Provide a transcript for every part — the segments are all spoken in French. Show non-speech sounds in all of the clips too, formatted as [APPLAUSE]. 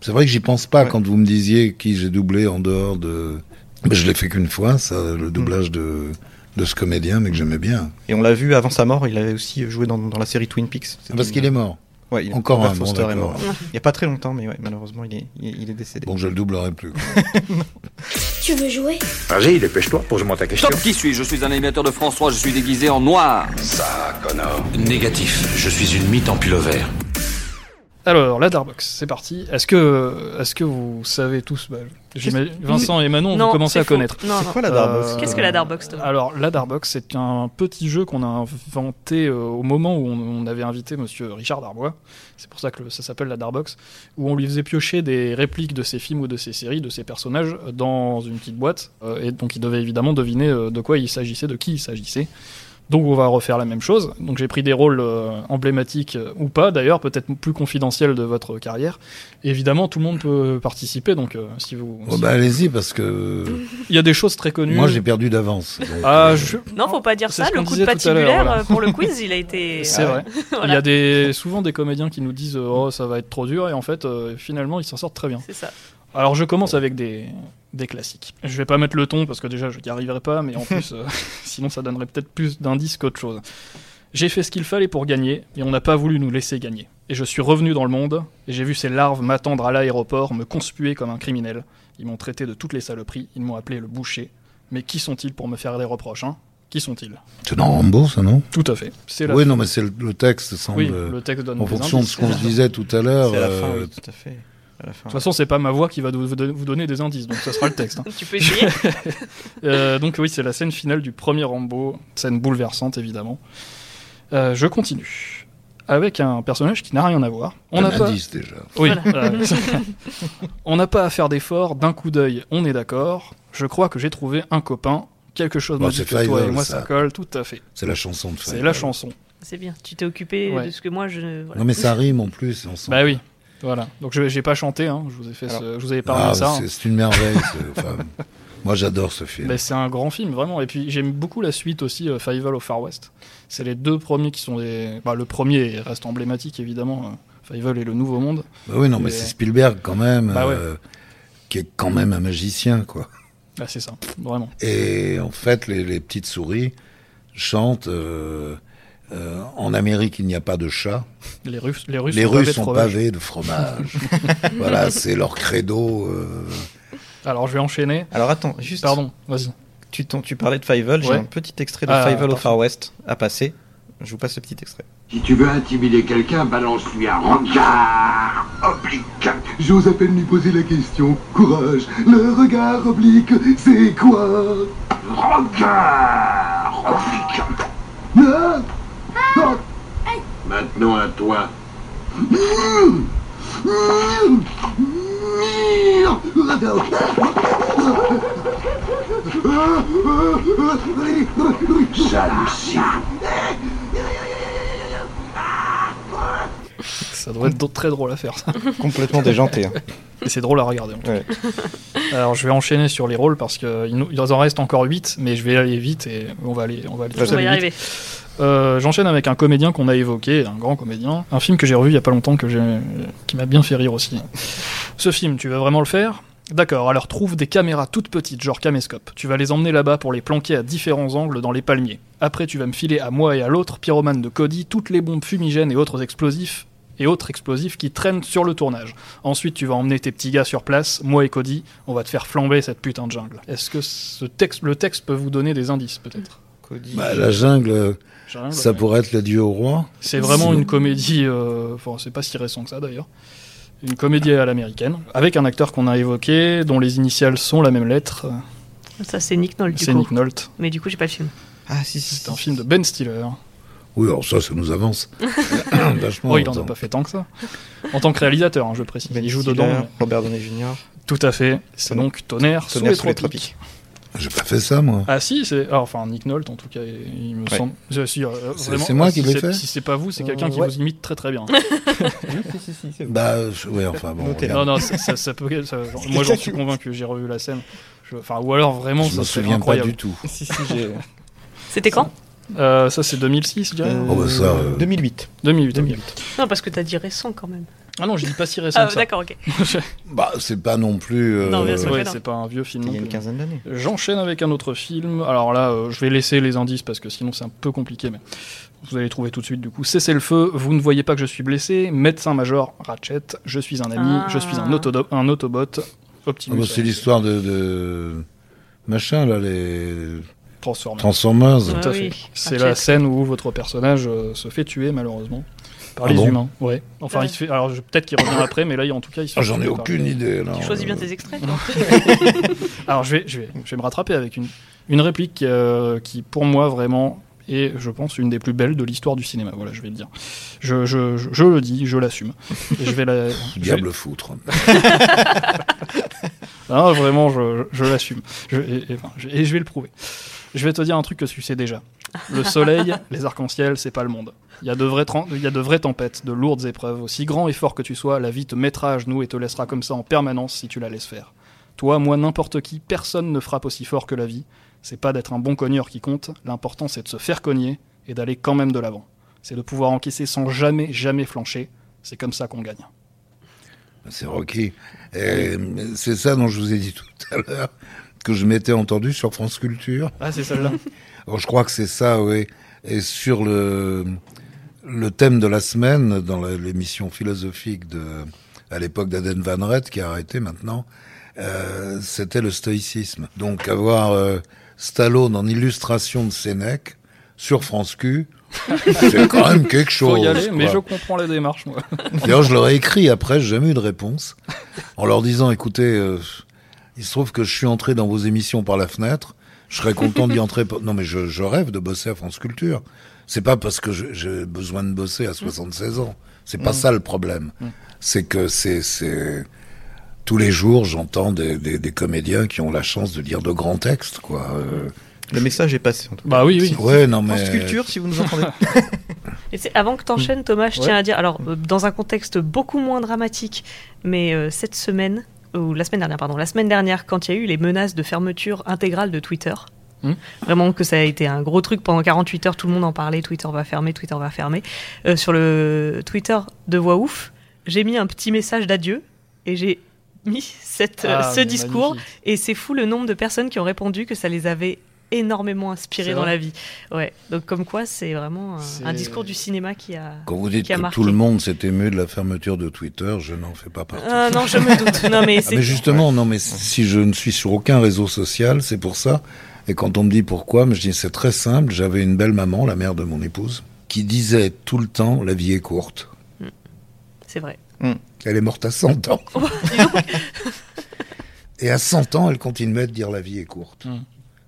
C'est vrai que j'y pense pas quand vous me disiez qui j'ai doublé en dehors de. Mais je l'ai fait qu'une fois, ça, Mm. le doublage de, de ce comédien, mais que j'aimais bien. Et on l'a vu avant sa mort, il avait aussi joué dans, dans la série Twin Peaks. Ah, Parce qu'il est mort. Ouais, il- Encore Bert un, bon, Foster est d'accord. mort. Il n'y a pas très longtemps, mais ouais, malheureusement, il est, il est- il est décédé. Bon, je le doublerai plus. quoi. Tu veux jouer Vas-y, dépêche-toi, pose-moi ta question. Stop, qui suis-je Je suis un animateur de France 3, je suis déguisé en noir. Ça, Connor. Négatif, je suis une mythe en pullover. Alors, la Darbox, c'est parti. Est-ce que, est que vous savez tous bah, j'imagine- Vincent et Manon, vous commencez c'est à faux. connaître. Non, C'est non. quoi la Euh, Darbox Euh, Qu'est-ce que la Darbox, Thomas Euh, Alors, la Darbox, c'est un petit jeu qu'on a inventé euh, au moment où on, on avait invité monsieur Richard Darbois. C'est pour ça que le- ça s'appelle la Darbox. Où on lui faisait piocher des répliques de ses films ou de ses séries, de ses personnages, euh, dans une petite boîte. Euh, et donc, il devait évidemment deviner euh, de quoi il s'agissait, de qui il s'agissait. Donc, on va refaire la même chose. Donc, j'ai pris des rôles euh, emblématiques euh, ou pas, d'ailleurs, peut-être plus confidentiels de votre carrière. Et évidemment, tout le monde peut participer. Donc, euh, si vous. Bon, bah, allez-y, parce que Il y a des choses très connues. moi, j'ai perdu d'avance. donc, Ah, euh, je- Non, faut pas dire C'est ça. ce Le qu'on coup de disait tout à l'heure, patibulaire voilà. euh, pour le quiz, il [LAUGHS] a été. euh, C'est vrai. Il y [LAUGHS] Voilà. a des, souvent des comédiens qui nous disent euh, Oh, ça va être trop dur, et en fait, euh, finalement, ils s'en sortent très bien. C'est ça. Alors, je commence avec des, des classiques. Je vais pas mettre le ton parce que déjà, je n'y arriverai pas, mais en plus, euh, [LAUGHS] sinon, ça donnerait peut-être plus d'indices qu'autre chose. J'ai fait ce qu'il fallait pour gagner, mais on n'a pas voulu nous laisser gagner. Et je suis revenu dans le monde, et j'ai vu ces larves m'attendre à l'aéroport, me conspuer comme un criminel. Ils m'ont traité de toutes les saloperies, ils m'ont appelé le boucher. Mais qui sont-ils pour me faire des reproches, hein Qui sont-ils C'est dans Rambo, ça, non Tout à fait. C'est la Oui, non, mais c'est le, le texte, semble. oui, le texte donne euh, en des fonction de indices, ce qu'on se évidemment. disait tout à l'heure. C'est à la fin, euh, oui, tout à fait. À la fin. De toute façon, c'est pas ma voix qui va vous vous don- vous donner des indices, donc ça sera le [LAUGHS] texte. hein. Tu peux essayer. [LAUGHS] Euh, donc oui, c'est la scène finale du premier Rambo, scène bouleversante évidemment. Euh, je continue avec un personnage qui n'a rien à voir. On n'a un pas, indice, déjà. oui, euh, [LAUGHS] on n'a pas à faire d'efforts. D'un coup d'œil, on est d'accord. Je crois que j'ai trouvé un copain. Quelque chose Bon, me dit Bah, c'est que toi et Fireball, moi ça. ça colle, tout à fait. C'est la chanson de C'est Fayol. la chanson. C'est bien. Tu t'es occupé Ouais. de ce que moi je. ne- voilà. Non, mais ça rime en plus. On sent- Bah oui, voilà. Donc je j'ai pas chanté, hein. je vous ai fait, Alors. ce- je vous avais parlé Ah, de ça. hein. c'est- C'est une merveille. c'est- enfin, moi, j'adore ce film. Ben, c'est un grand film, vraiment. Et puis j'aime beaucoup la suite aussi, euh, Five Evil au Far West. C'est les deux premiers qui sont des. bah, le premier reste emblématique, évidemment. euh, Five Evil et le Nouveau Monde. Bah oui, non, mais Et- c'est Spielberg quand même, Bah ouais. euh, qui est quand même un magicien, quoi. Bah, c'est ça, vraiment. Et en fait, les, les petites souris chantent. euh, euh, en Amérique, il n'y a pas de chat. Les Russes, les Russes les sont rues pavés de sont fromage. pavées de [LAUGHS] fromage. voilà, c'est leur credo. euh. Alors je vais enchaîner. Alors attends, juste, Pardon, vas-y. Tu, t'en- tu parlais de Fievel, j'ai Ouais. un petit extrait de Ah, Fievel au parfait. Far West à passer. Je vous passe le petit extrait. Si tu veux intimider quelqu'un, balance-lui un regard oblique. J'ose à peine lui poser la question. Courage, le regard oblique, c'est quoi Regard oblique. Maintenant à toi. Salut, Ça doit être d'autres très drôle à faire. ça. Complètement déjanté. hein. Et c'est drôle à regarder. en tout cas. Ouais. Alors je vais enchaîner sur les rôles parce qu'il en reste encore 8, mais je vais aller vite et on va aller, on va aller On tous va y aller vite. arriver. Euh, j'enchaîne avec un comédien qu'on a évoqué, un grand comédien, un film que j'ai revu il y a pas longtemps que j'ai, qui m'a bien fait rire aussi. Ce film, tu vas vraiment le faire D'accord, alors trouve des caméras toutes petites, genre caméscope. Tu vas les emmener là-bas pour les planquer à différents angles dans les palmiers. Après, tu vas me filer à moi et à l'autre, pyromane de Cody, toutes les bombes fumigènes et autres explosifs et autres explosifs qui traînent sur le tournage. Ensuite, tu vas emmener tes petits gars sur place, moi et Cody, on va te faire flamber cette putain de jungle. Est-ce que ce texte, le texte peut vous donner des indices, peut-être Cody. Bah, la jungle, J'ai rien ça bloqué. pourrait être le dieu au roi. C'est vraiment C'est- une comédie, euh, enfin c'est pas si récent que ça d'ailleurs, une comédie à l'américaine, avec un acteur qu'on a évoqué, dont les initiales sont la même lettre, euh, Ça, c'est Nick Nolte, du c'est coup. Nick Nolte. Mais du coup, j'ai pas le film. Ah si, si, C'est si, un si. film de Ben Stiller. Oui, alors ça, ça nous [LAUGHS] avance. [COUGHS] Vachement. Oh, il en a longtemps. pas fait tant que ça. En tant que réalisateur, hein, je précise. Ben il joue Stiller, dedans. mais- Robert Downey Jr. Tout à fait. C'est Tonnerre- donc Tonnerre, Tonnerre sous les tropiques. J'ai pas fait ça, moi. Ah si, c'est ah, enfin Nick Nolte en tout cas, il me Ouais. semble. Je- si, euh, C'est- vraiment, c'est moi euh, qui si l'ai c'est- fait Si c'est pas vous, c'est Euh, quelqu'un qui ouais. vous imite très très bien. si, si, si, c'est bon. Bah, je- oui, enfin bon. Notez-la. regarde. Non, non, ça, ça- ça peut. ça- genre, moi, j'en suis convaincu. J'ai revu la scène. Je- Enfin, ou alors vraiment, je ça me c'est souviens pas incroyable. du tout. si, si, j'ai... C'était quand Euh, ça, c'est 2006, je dirais. Euh, Oh, bah, ça, euh. 2008. 2008. 2008. Non, parce que t'as dit récent quand même. Ah non, je dis pas si récent Ah, que ça. d'accord, ok. Bah, c'est pas non plus. euh, Non, bien sûr. Ouais, Ouais, c'est pas un vieux film. Il non y a une plus. quinzaine d'années. J'enchaîne avec un autre film. Alors là, euh, je vais laisser les indices parce que sinon c'est un peu compliqué, mais vous allez trouver tout de suite. Du coup, cessez le feu. Vous ne voyez pas que je suis blessé. Médecin major Ratchet. Je suis un ami. Ah. Je suis un, autodo- un Autobot. ah Optimus. bah, c'est l'histoire de, de- Machin, là, les Transformers. Transformers. Ouais. Tout à Ah fait. oui, C'est Ratchet. la scène où votre personnage euh, se fait tuer malheureusement par Ah les bon humains. Ouais. Enfin, Ouais. il se fait. Alors je- peut-être qu'il [COUGHS] revient après, mais là, il- en tout cas, il se. fait Ah, J'en ai tuer par- aucune idée. alors. Tu euh, choisis bien tes extraits. toi. Alors je vais, je vais, je vais me rattraper avec une, une réplique euh, qui, pour moi, vraiment est, je pense, une des plus belles de l'histoire du cinéma. Voilà, je vais le dire. Je, je, je, je le dis, je l'assume. Et je vais la. je vais- Diable foutre. Ah, vraiment, je, je l'assume. Je- Et, et- enfin, je- et je vais le prouver. Je vais te dire un truc que tu sais déjà. Le soleil, les arcs-en-ciel, c'est pas le monde. Il y, a de vraies tran- il y a de vraies tempêtes, de lourdes épreuves. Aussi grand et fort que tu sois, la vie te mettra à genoux et te laissera comme ça en permanence si tu la laisses faire. Toi, moi, n'importe qui, personne ne frappe aussi fort que la vie. C'est pas d'être un bon cogneur qui compte, l'important c'est de se faire cogner et d'aller quand même de l'avant. C'est de pouvoir encaisser sans jamais, jamais flancher. C'est comme ça qu'on gagne. C'est Rocky. Et C'est ça dont je vous ai dit tout à l'heure, que je m'étais entendu sur France Culture. Ah, c'est celle-là Alors, je crois que c'est ça, oui. Et sur le, le thème de la semaine, dans la- l'émission philosophique de, à l'époque d'Aden Van Rett, qui a arrêté maintenant, euh, c'était le stoïcisme. Donc, avoir euh, Stallone en illustration de Sénèque sur France [LAUGHS] Q, c'est quand même quelque chose. Faut y aller, mais quoi. je comprends la démarche, moi. D'ailleurs, je leur ai écrit après, j'ai jamais eu de réponse, en leur disant, écoutez, euh, il se trouve que je suis entré dans vos émissions par la fenêtre, je serais content d'y entrer. pour- Non, mais je, je rêve de bosser à France Culture. C'est pas parce que je- j'ai besoin de bosser à 76 ans. C'est Mm. pas ça le problème. C'est que c'est, c'est, tous les jours, j'entends des, des- des comédiens qui ont la chance de lire de grands textes, quoi. Euh, Le message est passé en tout cas. Bah oui, oui. ouais, non, mais. France Culture, si vous nous entendez. Et c'est- avant que t'enchaînes, Thomas, je Mm. Ouais. Mm. tiens à dire, alors euh, dans un contexte beaucoup moins dramatique, mais euh, cette semaine ou la semaine dernière, pardon, la semaine dernière, quand il y a eu les menaces de fermeture intégrale de Twitter, Hmm. vraiment que ça a été un gros truc pendant 48 heures, tout le monde en parlait, Twitter va fermer, Twitter va fermer. Euh, sur le Twitter de Voix Ouf, j'ai mis un petit message d'adieu et j'ai mis cette, euh, Ah, [LAUGHS] ce mais discours magnifique. et c'est fou le nombre de personnes qui ont répondu que ça les avait énormément C'est inspirés dans vrai la vie. Ouais. Donc comme quoi, c'est vraiment C'est- un, un discours du cinéma qui a. Quand vous dites qui a que marqué. tout le monde s'est ému de la fermeture de Twitter, je n'en fais pas partie. Ah non, je me [LAUGHS] doute. Non mais Ah, c'est. mais justement, non, mais si je ne suis sur aucun réseau social, c'est pour ça. Et quand on me dit pourquoi, mais je dis c'est très simple. J'avais une belle maman, la mère de mon épouse, qui disait tout le temps la vie est courte. C'est vrai. Elle est morte à 100 ans. Oh, dis donc. [LAUGHS] Et à 100 ans, elle continuait de dire la vie est courte. Mm.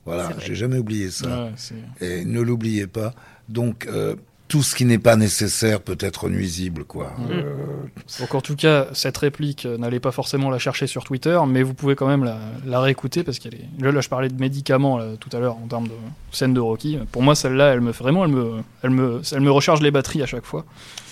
Voilà, C'est vrai. j'ai jamais oublié ça. Ouais, c'est- Et ne l'oubliez pas. Donc, euh, tout ce qui n'est pas nécessaire peut être nuisible, quoi. Euh, Donc en tout cas, cette réplique, euh, n'allez pas forcément la chercher sur Twitter, mais vous pouvez quand même la, la réécouter parce qu'elle est. Là, là, je parlais de médicaments là, tout à l'heure en termes de scène de Rocky. Pour moi, celle-là, elle me vraiment, elle me, elle me, elle me recharge les batteries à chaque fois.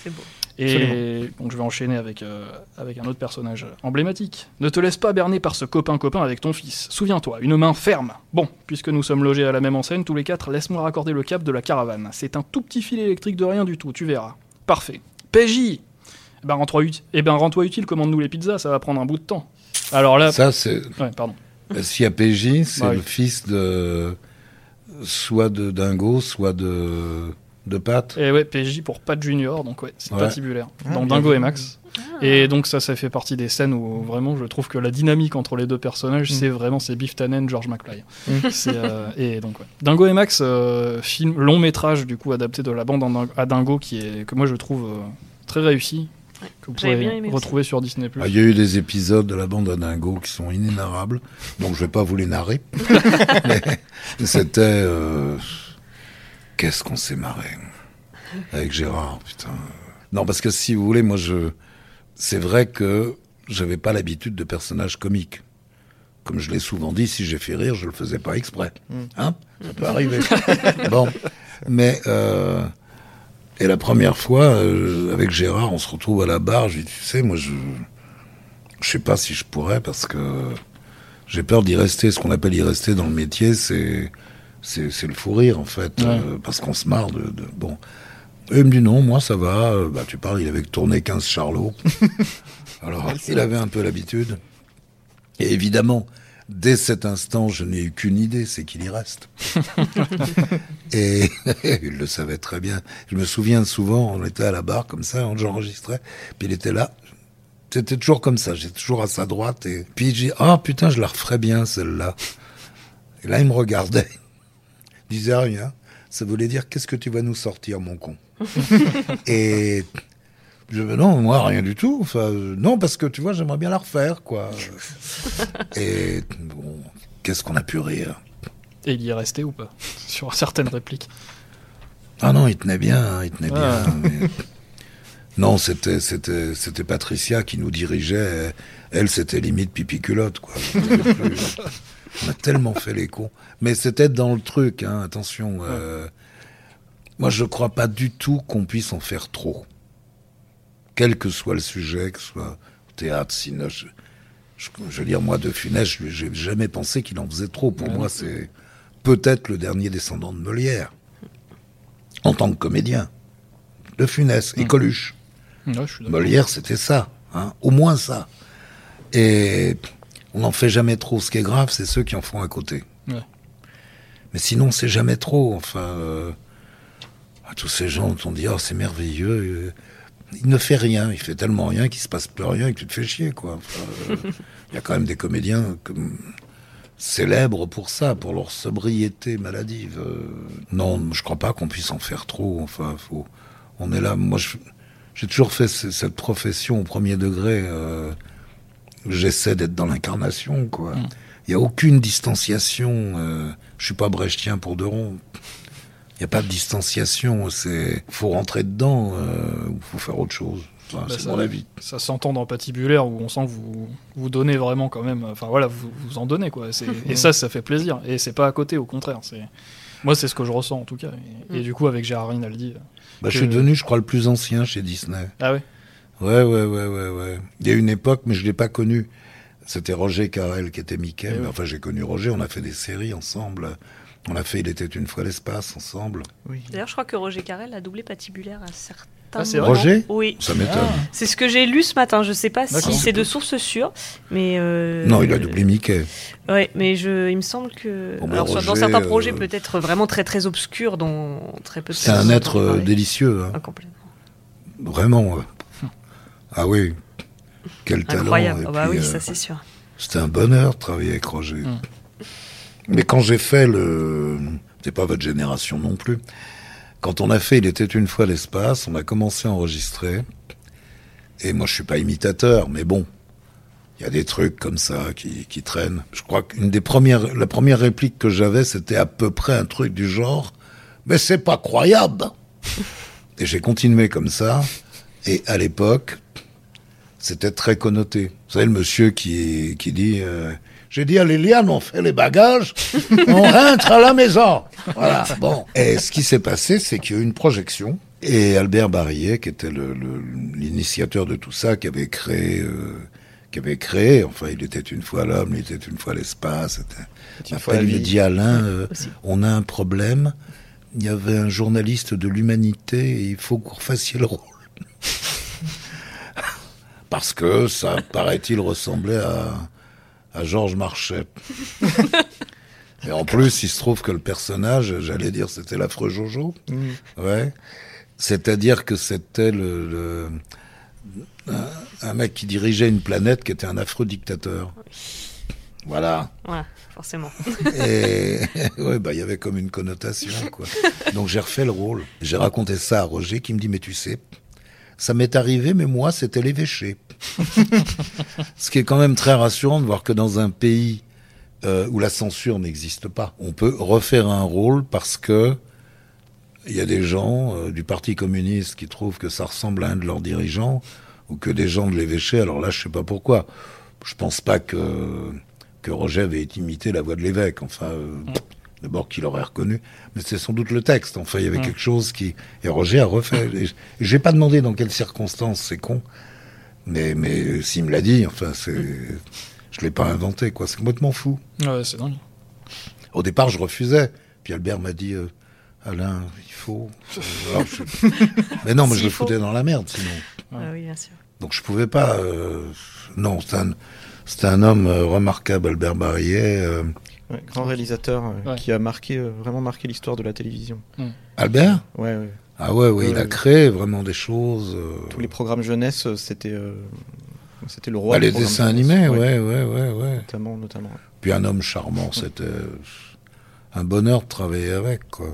C'est beau. Et donc je vais enchaîner avec, euh, avec un autre personnage emblématique. Ne te laisse pas berner par ce copain-copain avec ton fils. Souviens-toi, une main ferme. Bon, puisque nous sommes logés à la même enseigne, tous les quatre, laisse-moi raccorder le cap de la caravane. C'est un tout petit fil électrique de rien du tout, tu verras. Parfait. PJ Eh ben, rends-toi uti- eh ben, rends-toi utile, commande-nous les pizzas, ça va prendre un bout de temps. Alors Euh, là... Ça, c'est. Ouais, pardon. Si à PJ, c'est Bah oui. le fils de. soit de Dingo, soit de. de Pat. Et ouais, PJ pour Pat Junior, donc ouais, c'est Ouais. patibulaire. Ah, dans bien Dingo vu. et Max. Ah. Et donc ça, ça fait partie des scènes où vraiment je trouve que la dynamique entre les deux personnages, Mm. c'est vraiment c'est Biff Tannen, George McFly. Mm. [LAUGHS] C'est, euh, et donc ouais. Dingo et Max, euh, film long métrage du coup adapté de la bande en- à Dingo, qui est que moi je trouve euh, très réussi, que vous j'avais pouvez bien aimé aussi. retrouver sur Disney+. Ah, Il y a eu des épisodes de la bande à Dingo qui sont inénarrables, donc je vais pas vous les [LAUGHS] narrer. Mais c'était. euh, Qu'est-ce qu'on s'est marré avec Gérard, putain. Non, parce que si vous voulez, moi je. C'est vrai que j'avais pas l'habitude de personnages comiques. Comme je l'ai souvent dit, si j'ai fait rire, je le faisais pas exprès. Hein Ça peut arriver. [LAUGHS] bon. Mais. euh, Et la première fois, euh, avec Gérard, on se retrouve à la barre. Je lui dis, tu sais, moi je. Je sais pas si je pourrais parce que j'ai peur d'y rester. Ce qu'on appelle y rester dans le métier, c'est c'est c'est le fou rire en fait, Ouais. euh, parce qu'on se marre de, de- bon. Et il me dit non, moi ça va. Euh, Bah, tu parles, il avait tourné 15 Charlots. Alors, il avait un peu l'habitude. Et évidemment, dès cet instant, je n'ai eu qu'une idée, c'est qu'il y reste. et [LAUGHS] il le savait très bien. Je me souviens souvent, on était à la barre comme ça, on- j'enregistrais, puis il était là. C'était toujours comme ça, j'étais toujours à sa droite. Et puis j'ai dit, ah putain, je la referais bien celle-là. Et là, il me regardait, il disait rien. Ça voulait dire, qu'est-ce que tu vas nous sortir, mon con Et je dis, non, moi, rien du tout. Enfin, euh, non, parce que tu vois, j'aimerais bien la refaire, quoi. Et bon, qu'est-ce qu'on a pu rire. Et il y est resté ou pas [LAUGHS] Sur certaines répliques. Ah non, il tenait bien, hein, il tenait Ah. bien. mais- Non, c'était, c'était, c'était Patricia qui nous dirigeait. Elle, c'était limite pipi culotte, quoi. On a tellement fait les cons. Mais c'était dans le truc, hein, attention. euh, Moi, je crois pas du tout qu'on puisse en faire trop. Quel que soit le sujet, que ce soit théâtre, cinéma. Je, je- je veux dire, moi, de Funès, je- j'ai jamais pensé qu'il en faisait trop. Pour moi, c'est peut-être le dernier descendant de Molière. En tant que comédien. De Funès et Coluche. Ouais, je Bah, suis d'accord. Molière, c'était ça, hein, au moins ça. Et on n'en fait jamais trop. Ce qui est grave, c'est ceux qui en font à côté. Ouais. Mais sinon, c'est jamais trop. Enfin, euh, à tous ces gens dont on dit, oh, c'est merveilleux. euh, Il ne fait rien, il fait tellement rien qu'il se passe plus rien et que tu te fais chier, quoi. Enfin, euh, [LAUGHS] Il y a quand même des comédiens comme- célèbres pour ça, pour leur sobriété maladive. Euh, non, je crois pas qu'on puisse en faire trop. Enfin, faut, on est là. Moi, je, j'ai toujours fait ce- cette profession au premier degré. euh, J'essaie d'être dans l'incarnation, quoi. Il n'y a aucune distanciation. euh, je suis pas brechtien pour deux ronds. Il n'y a pas de distanciation. C'est faut rentrer dedans euh, ou faut faire autre chose. Enfin, Bah, c'est ça- mon avis. Ça s'entend dans Patibulaire où on sent que vous vous donnez vraiment quand même. Enfin voilà, vous vous en donnez quoi. [LAUGHS] C'est- Et ça, ça fait plaisir. Et c'est pas à côté, au contraire. C'est moi, c'est ce que je ressens en tout cas. Et, et du coup, avec Gérard Rinaldi. euh, Bah, Je que- suis devenu, je crois, le plus ancien chez Disney. Ah ouais. Ouais, ouais, ouais, ouais, ouais. Il y a une époque, mais je l'ai pas connu. C'était Roger Carrel qui était Mickey. Eh mais oui. Enfin, j'ai connu Roger. On a fait des séries ensemble. On a fait Il était une fois l'espace ensemble. Oui. D'ailleurs, je crois que Roger Carrel a doublé patibulaire à certains Ah, c'est vrai moments. Roger Oui. Ça m'étonne. C'est ce que j'ai lu ce matin. Je sais pas si D'accord. c'est de source sûre, mais. euh, Non, il a doublé Mickey. Ouais, mais je, il me semble que. Bon, bah, Alors, sur- dans Roger, certains projets, euh, peut-être vraiment très très obscurs, dont très peu de C'est un personnes être entendent euh, parler. délicieux, hein. Ah, complètement. vraiment. [LAUGHS] euh. Ah oui, quel talent. Incroyable. Et Ah bah puis, oui, euh, ça c'est sûr. C'était un bonheur de travailler avec Roger. Mm. Mais quand j'ai fait le... C'est pas votre génération non plus. Quand on a fait Il était une fois l'espace, on a commencé à enregistrer. Et moi, je suis pas imitateur, mais bon. Il y a des trucs comme ça qui, qui traînent. Je crois qu'une des premières, la première réplique que j'avais, c'était à peu près un truc du genre, mais c'est pas croyable! Et j'ai continué comme ça. Et à l'époque, c'était très connoté. Vous savez, le monsieur qui, qui dit euh, J'ai dit à Liliane, on fait les bagages, on rentre à la maison. Voilà, bon. Et ce qui s'est passé, c'est qu'il y a eu une projection. Et Albert Barillet, qui était le- le- l'initiateur de tout ça, qui avait créé. euh, qui avait créé, enfin, il était une fois l'homme, il était une fois l'espace. C'était... C'est une Une fois la lui vie. dit Alain, euh, aussi. on a un problème. Il y avait un journaliste de l'humanité et il faut que vous refassiez le rôle. [LAUGHS] Parce que ça, paraît-il, ressemblait à, à Georges [LAUGHS] Marchais. et en plus, il se trouve que le personnage, j'allais dire, c'était l'affreux Jojo. Mmh. Ouais. C'est-à-dire que c'était le, le- un, un mec qui dirigeait une planète qui était un affreux dictateur. Voilà. Voilà, forcément. Et [LAUGHS] ouais, bah, il y avait comme une connotation, quoi. Donc j'ai refait le rôle. J'ai raconté ça à Roger qui me dit, mais tu sais, ça m'est arrivé, mais moi, c'était l'évêché. [LAUGHS] Ce qui est quand même très rassurant de voir que dans un pays euh, où la censure n'existe pas, on peut refaire un rôle parce que il y a des gens euh, du Parti communiste qui trouvent que ça ressemble à un de leurs dirigeants ou que des gens de l'évêché. Alors là, je sais pas pourquoi. Je pense pas que que Roger avait imité la voix de l'évêque. Enfin, euh, d'abord qu'il aurait reconnu, mais c'est sans doute le texte. Enfin, il y Mm. avait quelque chose qui et Roger a refait. Et j- J'ai pas demandé dans quelles circonstances. C'est con, mais mais euh, s'il me l'a dit, enfin, c'est Mm. je l'ai pas inventé quoi. C'est complètement fou. Ouais, c'est dingue. Au départ, je refusais. Puis Albert m'a dit euh, Alain, il faut. euh, Alors, [LAUGHS] je- Mais non, mais je S'il le faut. foutais dans la merde sinon. Ah oui, bien sûr. Donc je pouvais pas. euh, Non, c'est un, c'est un homme euh, remarquable, Albert Barrier. euh, Ouais, grand réalisateur euh, Ouais. qui a marqué, euh, vraiment marqué l'histoire de la télévision. Albert Ouais, ouais. Ah ouais, ouais, il a Euh, créé vraiment des choses. euh, Tous les programmes jeunesse, euh, c'était euh, c'était le roi. bah, des les programmes dessins jeunesse. animés, ouais, ouais, ouais, ouais. Notamment, notamment. Puis un homme charmant, c'était euh, un bonheur de travailler avec, quoi.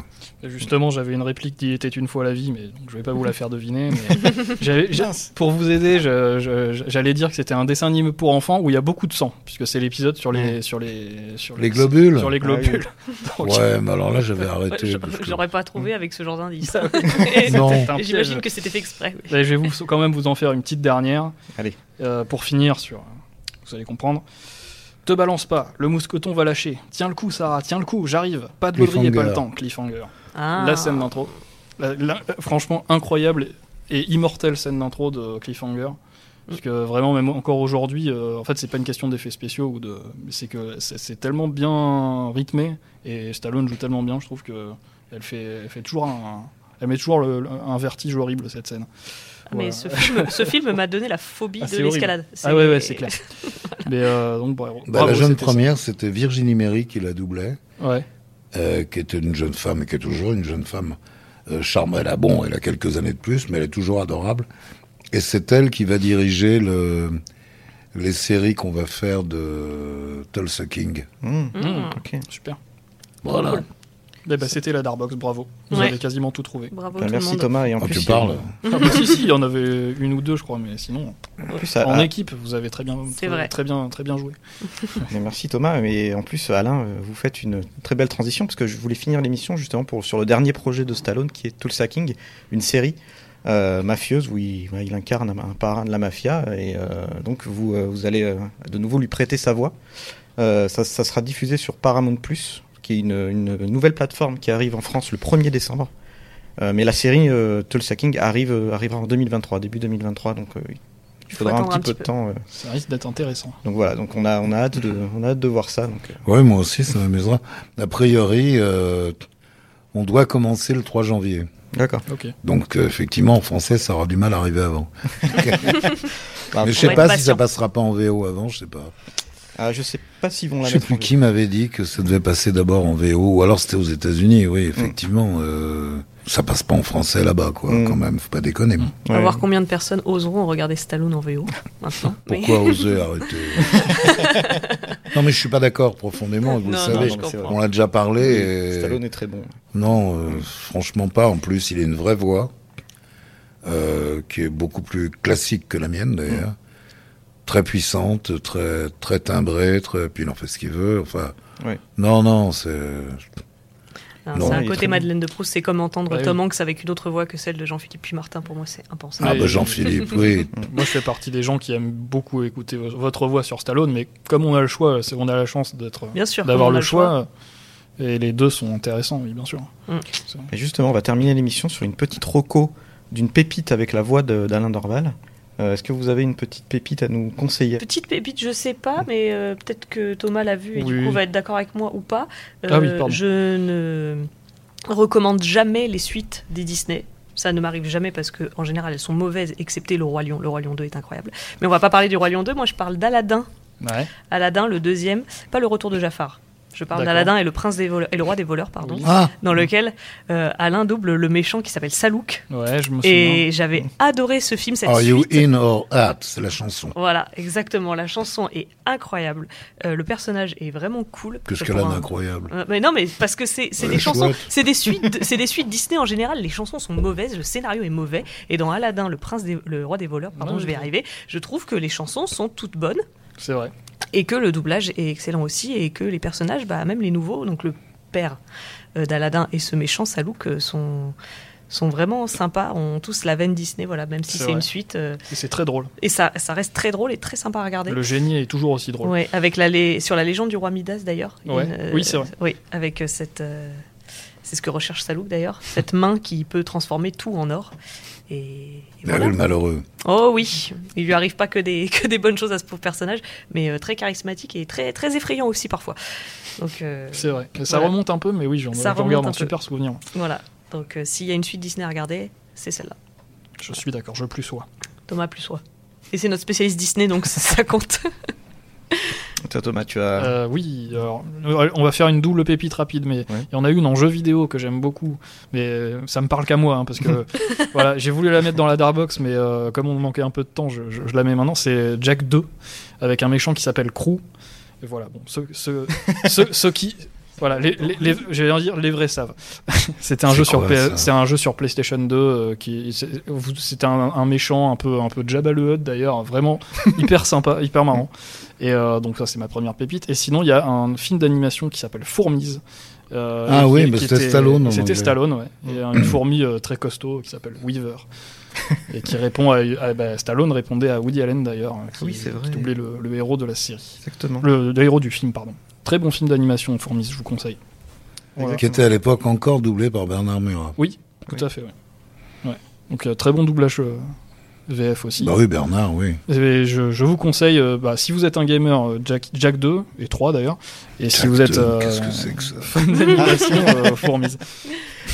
Et Justement, j'avais une réplique d'Il était une fois la vie, mais donc, je vais pas vous la faire deviner. [LAUGHS] mais j'avais- j'a- pour vous aider, je- je- j'allais dire que c'était un dessin animé pour enfants où il y a beaucoup de sang, puisque c'est l'épisode sur les, sur les, sur Mm. Les globules Sur les globules. [LAUGHS] Donc, Ouais, mais alors là, j'avais Ouais, arrêté. je- parce que- J'aurais pas trouvé avec ce genre d'indice. Non, c'est un [LAUGHS] J'imagine piège. que c'était fait exprès. oui. Allez, Bah, je vais vous, quand même vous en faire une petite dernière. Allez. Euh, pour finir sur. Vous allez comprendre. Te balance pas, le mousqueton va lâcher. Tiens le coup, Sarah, tiens le coup, j'arrive. Pas de baudrier, pas Cliffhanger. le temps. Cliffhanger. Ah. La scène d'intro. La- la- franchement, incroyable et immortelle scène d'intro de Cliffhanger. Parce que vraiment, même encore aujourd'hui, euh, en fait, c'est pas une question d'effets spéciaux ou de. mais C'est que c'est c'est tellement bien rythmé et Stallone joue tellement bien, je trouve que elle fait, elle fait toujours un. Elle met toujours le- le- un vertige horrible cette scène. Ah, Mais Voilà. ce film, ce film m'a donné la phobie Ah, de c'est horrible. l'escalade. Ah ouais, ouais, c'est clair. Mais euh, donc, bravo. Bah, bravo, la jeune c'était ça. première, c'était Virginie Méry qui la doublait, Ouais. euh, qui était une jeune femme, et qui est toujours une jeune femme euh, charmante. Elle a, bon, elle a quelques années de plus, mais elle est toujours adorable. Et c'est elle qui va diriger le, les séries qu'on va faire de Tulsa King. Mmh. Mmh. Ok. Super. Voilà. Eh ben, c'était la Darbox, bravo. Vous Ouais. avez quasiment tout [LAUGHS] trouvé. Bravo Bah, tout le merci monde. Thomas. Et en Ah, plus, tu il- parles Ah bah, si, si, il y en avait une ou deux, je crois, mais sinon, en plus, à- en à- ah. équipe, vous avez très bien, C'est très, vrai. très bien, très bien joué. mais merci Thomas. Mais en plus, Alain, euh, vous faites une très belle transition parce que je voulais finir l'émission justement pour, sur le dernier projet de Stallone qui est Tulsa King, une série euh, mafieuse où il, ouais, il incarne un, un parrain de la mafia. Et euh, donc, vous, euh, vous allez euh, de nouveau lui prêter sa voix. Euh, ça, ça sera diffusé sur Paramount Plus, qui est une, une nouvelle plateforme qui arrive en France le 1er décembre. Euh, mais la série euh, Tulsa King arrive, euh, arrivera en 2023, début 2023, donc euh, il faut faudra un attendre petit, peu de temps. euh. Ça risque d'être intéressant. donc voilà, donc on a, on a hâte de, on a hâte de voir ça. Donc, euh, Oui, moi aussi, ça m'amusera. A priori, euh, on doit commencer le 3 janvier. D'accord. Ok. Donc, euh, effectivement, en français, ça aura du mal à arriver avant. Bah, Mais je on va sais Ah, être pas si patient. ça passera pas en VO avant, je sais pas. Ah, je sais pas s'ils vont la Je sais mettre. en plus qui m'avait dit que ça devait passer d'abord en VO, ou alors c'était aux États-Unis, Mm. oui, effectivement. euh, ça passe pas en français là-bas, quoi, Mm. quand même, faut pas déconner. jeu. On va Ouais. voir combien de personnes oseront regarder Stallone en VO maintenant. Mais- [LAUGHS] Pourquoi oser arrêter Non, mais je suis pas d'accord profondément, vous le Non, non, savez. je mais c'est comprends. On l'a déjà parlé. et- Stallone est très bon. Non, euh, franchement pas. En plus, il a une vraie voix, euh, qui est beaucoup plus classique que la mienne d'ailleurs. Mm. Très puissante, très, très timbrée, très... puis il en fait ce qu'il veut. Enfin, Ouais. non, non, c'est. Alors, Non, c'est il un est côté très bon. Madeleine de Proust, c'est comme entendre Ouais, Tom Hanks avec une autre voix que celle de Jean-Philippe Puy-Martin. Pour moi, c'est impensable. Ah, Mais- bah Jean-Philippe, [LAUGHS] oui. Moi, je fais partie des gens qui aiment beaucoup écouter vo- votre voix sur Stallone, mais comme on a le choix, c'est- on a la chance d'être, Bien sûr, d'avoir comme on le a le choix. Et les deux sont intéressants, oui, bien sûr. Mm. C'est- Et justement, on va terminer l'émission sur une petite roco d'une pépite avec la voix de- d'Alain Dorval. Euh, Est-ce que vous avez une petite pépite à nous conseiller Petite pépite, je sais pas, mais euh, peut-être que Thomas l'a vu et Oui. du coup va être d'accord avec moi ou pas. Euh, Ah oui, pardon. Je ne recommande jamais les suites des Disney. Ça ne m'arrive jamais parce que en général elles sont mauvaises, excepté le Roi Lion. Le Roi Lion 2 est incroyable. Mais on va pas parler du Roi Lion 2. Moi, je parle d'Aladin. Ouais. Aladin, le deuxième, pas le Retour de Jafar. Je parle D'accord. d'Aladin et le prince des voleurs et le roi des voleurs, pardon. Ah, Dans lequel euh, Alain double le méchant qui s'appelle Salouk. Ouais, je me souviens. Et j'avais adoré ce film, cette Are you suite. in or out C'est la chanson. Voilà, exactement. La chanson est incroyable. Euh, le personnage est vraiment cool. Qu'est-ce Euh, qu'elle a pour un- d'incroyable Euh, mais non, mais parce que c'est c'est Elle des est chansons, chouette. c'est des suites, c'est des suites Disney en général. Les chansons sont mauvaises, le scénario est mauvais. Et dans Aladdin, le prince, des- le roi des voleurs, pardon, Ouais, je vais y ouais. arriver. Je trouve que les chansons sont toutes bonnes C'est vrai. et que le doublage est excellent aussi et que les personnages, bah, même les nouveaux, donc le père euh, d'Aladin et ce méchant Salouk euh, sont sont vraiment sympas, ont tous la veine Disney, voilà, même si C'est c'est vrai. une suite. euh, Et c'est très drôle. et ça, ça reste très drôle et très sympa à regarder. Le génie est toujours aussi drôle. Ouais, avec la lé- sur la légende du roi Midas d'ailleurs. Il y a Ouais. une, euh, Oui, c'est vrai. Oui, avec euh, cette. euh, c'est ce que recherche Salouk d'ailleurs, cette main qui peut transformer tout en or. Et, et Ah voilà. oui, le malheureux. Oh oui, il lui arrive pas que des, [LAUGHS] que des bonnes choses à ce pauvre personnage, mais euh, très charismatique et très, très effrayant aussi parfois. Donc euh, C'est vrai. Ça Voilà. remonte un peu, mais oui, j'en Ça j'en remonte garde un un peu. super souvenir. voilà. Donc euh, s'il y a une suite Disney à regarder, c'est celle-là. Je suis d'accord, je plus sois. Thomas plus soi. Et c'est notre spécialiste Disney, donc [LAUGHS] ça compte. Toi, Thomas, tu as. Euh, oui, alors, euh, on va faire une double pépite rapide, mais Ouais. il y en a une en jeu vidéo que j'aime beaucoup, mais euh, ça me parle qu'à moi, hein, parce que voilà, j'ai voulu la mettre dans la Darbox, mais euh, comme on manquait un peu de temps, je, je- je la mets maintenant. C'est Jack 2, avec un méchant qui s'appelle Crew. Et voilà, bon, ceux, [LAUGHS] ceux- ceux- ceux qui. Voilà, les, les, les- j'allais en dire les vrais savent. [LAUGHS] c'était un C'est jeu sur quoi, PS ça c'est un jeu sur PlayStation 2 euh, qui c'est- vous- c'était un, un méchant un peu un peu Jabba le Hutt [LAUGHS] d'ailleurs, vraiment hyper sympa, hyper marrant. Et euh, donc ça c'est ma première pépite. Et sinon il y a un film d'animation qui s'appelle Fourmise. euh, Ah qui- oui, qui bah, c'était était- Stallone, en C'était anglais. Stallone, ouais. [CLEARS THROAT] Et euh, une fourmi euh, très costaud qui s'appelle Weaver. [LAUGHS] et qui répond à. à- bah, Stallone répondait à Woody Allen d'ailleurs, hein, qui, Oui, c'est vrai. qui doublait le- le héros de la série. Exactement. Le, le héros du film, pardon. Très bon film d'animation, Fourmis, je vous conseille. Voilà. Qui était à l'époque encore doublé par Bernard Murat. Oui, tout Oui. à fait, ouais. Ouais. Donc, euh, très bon doublage euh, VF aussi. Bah oui, Bernard, oui. Et ben, je, je vous conseille, euh, bah, si vous êtes un gamer, euh, Jack, Jack 2 et 3 d'ailleurs, et si Jack vous êtes Dunn, euh, Qu'est-ce que c'est que ça [LAUGHS] fan d'animation, euh, Fourmis.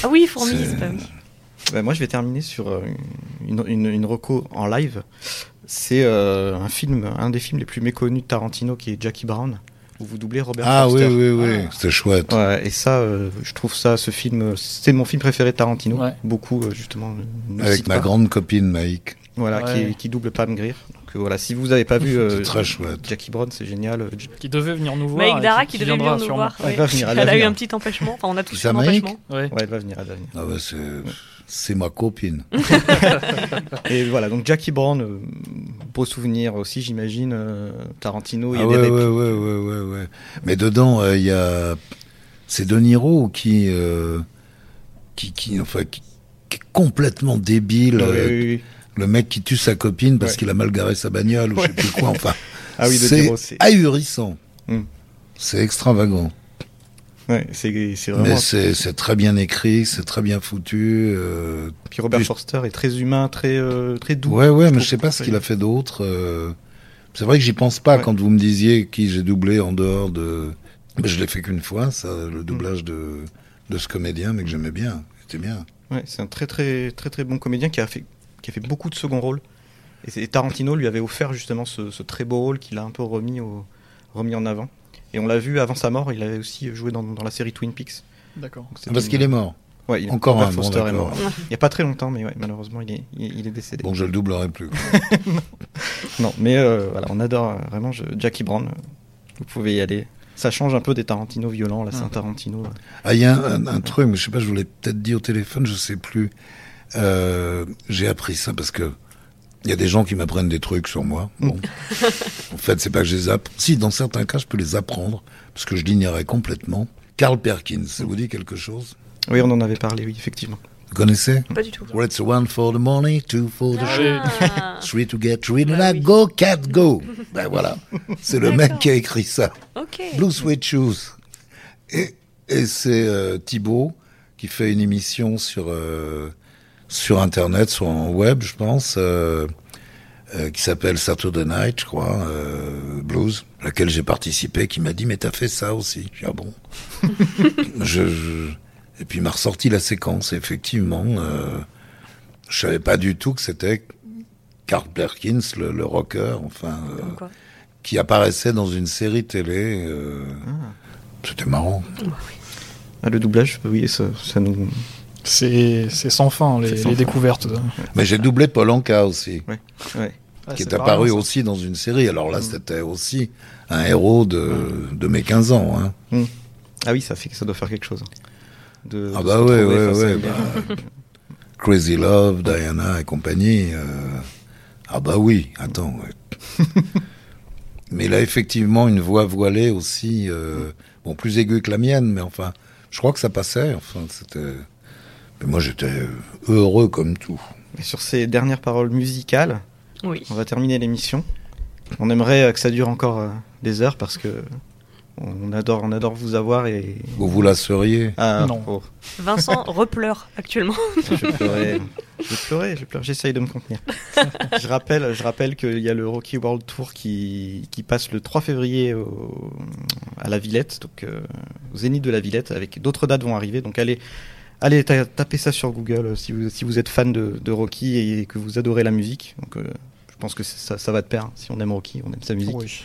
Ah oui, fourmise. C'est- bah oui. Bah, moi, je vais terminer sur euh, une, une, une reco en live. C'est euh, un film, un des films les plus méconnus de Tarantino, qui est Jackie Brown, où vous doublez Robert Ah oui, Forster. oui, oui. C'était chouette. Ouais, et ça, euh, je trouve ça, ce film, euh, c'est mon film préféré de Tarantino. Ouais. Beaucoup, euh, justement. ne le Avec cite ma pas. grande copine Maïk. Voilà, Ouais. qui, qui double Pam Grier. Donc euh, voilà, si vous n'avez pas vu euh, C'est très chouette. Jackie Brown, c'est génial. Euh, J- Qui devait venir nous voir. Maïk et Dara qui, devait viendra venir nous sûrement. voir. Elle ouais. va venir, elle Elle, va a eu venir. un petit empêchement. Enfin, on a tous eu Ça, un Maïk empêchement. Ouais. Ouais, elle va venir, elle va venir. Ah bah c'est c'est ma copine. Et voilà, donc Jackie Brown, euh, beau souvenir aussi, j'imagine. euh, Tarantino, il y Ah a ouais, des ouais, répliques. ouais, ouais, ouais, ouais. Mais dedans, euh, il y a. C'est De Niro qui. euh, qui, qui, enfin, qui, qui est complètement débile. Oui, euh, oui, oui. Le mec qui tue sa copine parce Ouais. qu'il a mal garé sa bagnole ou je sais plus [LAUGHS] quoi. Enfin, Ah oui, de Niro, c'est c'est. ahurissant. Hmm. C'est extravagant. Ouais, c'est c'est Mais vraiment. c'est c'est très bien écrit, c'est très bien foutu. euh, Puis Robert plus- Forster est très humain, très, euh, très doux. Ouais, ouais, mais trouve je sais pas que ce c'est- qu'il a fait d'autre. euh, C'est vrai que j'y pense pas Ouais. quand vous me disiez qui j'ai doublé en dehors de. Mais Je l'ai fait qu'une fois, ça, le doublage de, de ce comédien, mais que j'aimais bien. C'était bien. Ouais, c'est un très, très, très, très bon comédien qui a fait, qui a fait beaucoup de second rôle. Et, c'est- Tarantino lui avait offert justement ce, ce très beau rôle qu'il a un peu remis, au, remis en avant. Et on l'a vu avant sa mort, il avait aussi joué dans, dans la série Twin Peaks. D'accord. Donc Ah, Parce c'était qu'il est mort. une- ouais, il est- Encore Robert un. Bon, Forster est mort. d'accord. Il n'y a pas très longtemps, mais ouais, malheureusement, il est, il, est- il est décédé. bon, je le doublerai plus. quoi. Non, mais euh, voilà, on adore euh, vraiment je- Jackie Brown. euh, Vous pouvez y aller. Ça change un peu des Tarantino violents, là, c'est un Tarantino. euh, Ah, il y a un, un- un truc, mais je sais pas, je vous l'ai peut-être dit au téléphone, je sais plus. Euh, j'ai appris ça parce que il y a des gens qui m'apprennent des trucs sur moi. [LAUGHS] Bon. en fait, c'est pas que je les apprends. Si, dans certains cas, je peux les apprendre parce que je l'ignorais complètement. Carl Perkins, ça vous dit quelque chose Oui, on en avait parlé, oui, effectivement. Vous connaissez Pas du tout. Well, it's one for the money, two for the show, Ah. three to get rid of Bah that, oui. go cat [LAUGHS] go. Ben voilà, c'est le mec D'accord. qui a écrit ça. [LAUGHS] ok. Blue Sweat Shoes. Et, et c'est euh, Thibaut qui fait une émission sur, euh, sur Internet, sur en web, je pense, euh, euh, qui s'appelle Saturday Night, je crois, euh, Blues, à laquelle j'ai participé, qui m'a dit, mais t'as fait ça aussi. J'ai dit, ah bon je, je- Et puis il m'a ressorti la séquence, et effectivement. Euh, je savais pas du tout que c'était Carl Perkins, le, le rocker, enfin... euh, Comme quoi. qui apparaissait dans une série télé. euh, Mmh. C'était marrant. Ah, le doublage, oui, ça, ça nous. C'est c'est sans fin, les, C'est sans les fin. découvertes. Mais j'ai doublé Paul Anka aussi, Ouais. Ah, qui est, c'est pas apparu mal, ça. Mmh. aussi dans une série. Alors là, c'était aussi un héros de, de mes 15 ans. Hein. Ah oui, ça fait que ça doit faire quelque chose. De, Ah de bah se ouais, retrouver ouais, face à ouais, une- Crazy Love, Diana et compagnie. euh, Ah bah oui, attends. [LAUGHS] ouais. mais il a effectivement une voix voilée aussi, euh, bon plus aiguë que la mienne, mais enfin, je crois que ça passait. Enfin, c'était. Mais moi, j'étais heureux comme tout. Et sur ces dernières paroles musicales, Oui. on va terminer l'émission. On aimerait euh, que ça dure encore euh, des heures parce que On adore, on adore vous avoir et. Vous vous la seriez Ah, Non. oh, Vincent repleure actuellement. je vais pleurer. je vais pleurer, je vais pleurer. J'essaye de me contenir. je rappelle, je rappelle qu'il y a le Rocky World Tour qui, qui passe le 3 février au- à la Villette, donc euh, au Zénith de la Villette, avec d'autres dates vont arriver. Donc allez, allez ta- tapez ça sur Google euh, si vous, si vous êtes fan de, de Rocky et que vous adorez la musique. Donc euh, je pense que c'est- ça, ça va de pair. Si on aime Rocky, on aime sa musique. Oui.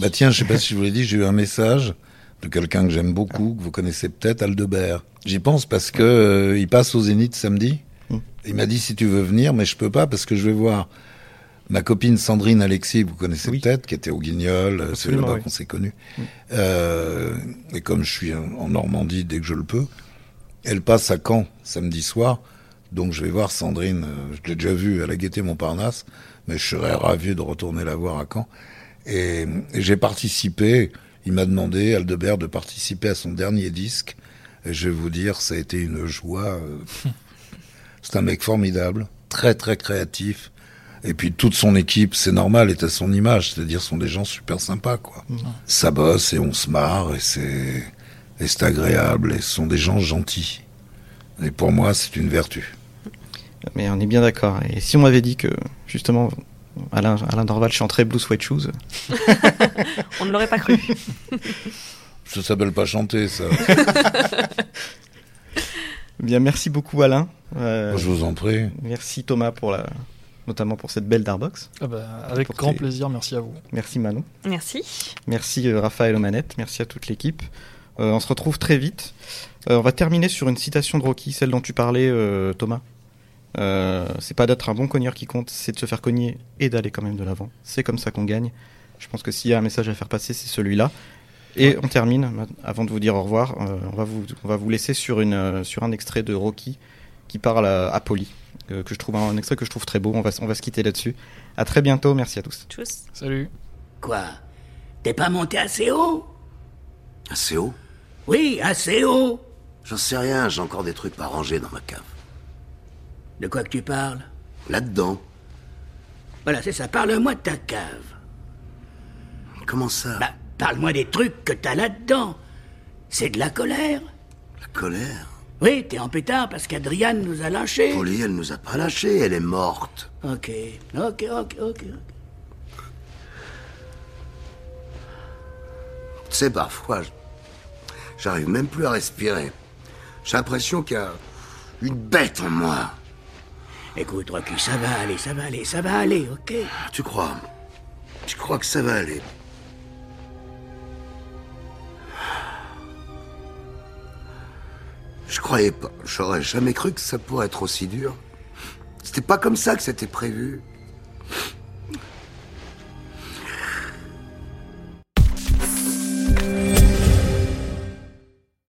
Bah tiens, je sais pas si je vous l'ai dit, j'ai eu un message de quelqu'un que j'aime beaucoup, que vous connaissez peut-être, Aldebert. J'y pense parce que euh, il passe au Zénith samedi. Mm. Il m'a dit si tu veux venir, mais je peux pas parce que je vais voir ma copine Sandrine Alexis, que vous connaissez Oui. peut-être, qui était au Guignol, euh, c'est Absolument, là-bas oui. qu'on s'est connus. Euh, et comme je suis en en Normandie dès que je le peux, elle passe à Caen samedi soir. Donc je vais voir Sandrine, euh, je l'ai déjà vue à la Gaîté Montparnasse, mais je serais ravi de retourner la voir à Caen. Et, et j'ai participé, il m'a demandé, Aldebert, de participer à son dernier disque. Et je vais vous dire, ça a été une joie. euh, C'est un mec formidable, très très créatif. Et puis toute son équipe, c'est normal, est à son image, c'est-à-dire sont des gens super sympas, quoi. Ça bosse et on se marre et c'est et c'est agréable et ce sont des gens gentils. Et pour moi, c'est une vertu. Mais on est bien d'accord. Et si on m'avait dit que, justement, Alain, Alain Dorval chanterait Blue Sweat Shoes, On ne l'aurait pas cru. Ça s'appelle pas chanter, ça. eh bien merci beaucoup Alain. Euh, Je vous en prie. Merci Thomas pour la, notamment pour cette belle Darbox. Ah bah, avec Pour grand tes- plaisir, merci à vous. Merci Manon. Merci. Merci euh, Raphaël aux manettes. Merci à toute l'équipe. Euh, on se retrouve très vite. Euh, on va terminer sur une citation de Rocky, celle dont tu parlais euh, Thomas. Euh, c'est pas d'être un bon cogneur qui compte, c'est de se faire cogner et d'aller quand même de l'avant. C'est comme ça qu'on gagne. Je pense que s'il y a un message à faire passer, c'est celui-là. Et on termine, ma- avant de vous dire au revoir, euh, on, va vous, on va vous laisser sur, une, euh, sur un extrait de Rocky qui parle à, à Polly, euh, que je trouve un, un extrait que je trouve très beau. On va, s- on va se quitter là-dessus. À très bientôt, merci à tous. Tchuss. Salut. Quoi T'es pas monté assez haut Assez haut Oui, assez haut J'en sais rien, j'ai encore des trucs pas rangés dans ma cave. De quoi que tu parles Là-dedans. Voilà, c'est ça. Parle-moi de ta cave. Comment ça Bah, parle-moi des trucs que t'as là-dedans. C'est de la colère La colère. Oui, t'es en pétard parce qu'Adriane nous a lâchés. Polly, elle nous a pas lâchés, elle est morte. Ok, ok, ok, ok. ok. Tu sais, parfois, je- j'arrive même plus à respirer. J'ai l'impression qu'il y a une bête en moi. Écoute, Rocky, ça va aller, ça va aller, ça va aller, ok Ah, Tu crois Tu crois que ça va aller Je croyais pas. J'aurais jamais cru que ça pourrait être aussi dur. C'était pas comme ça que c'était prévu.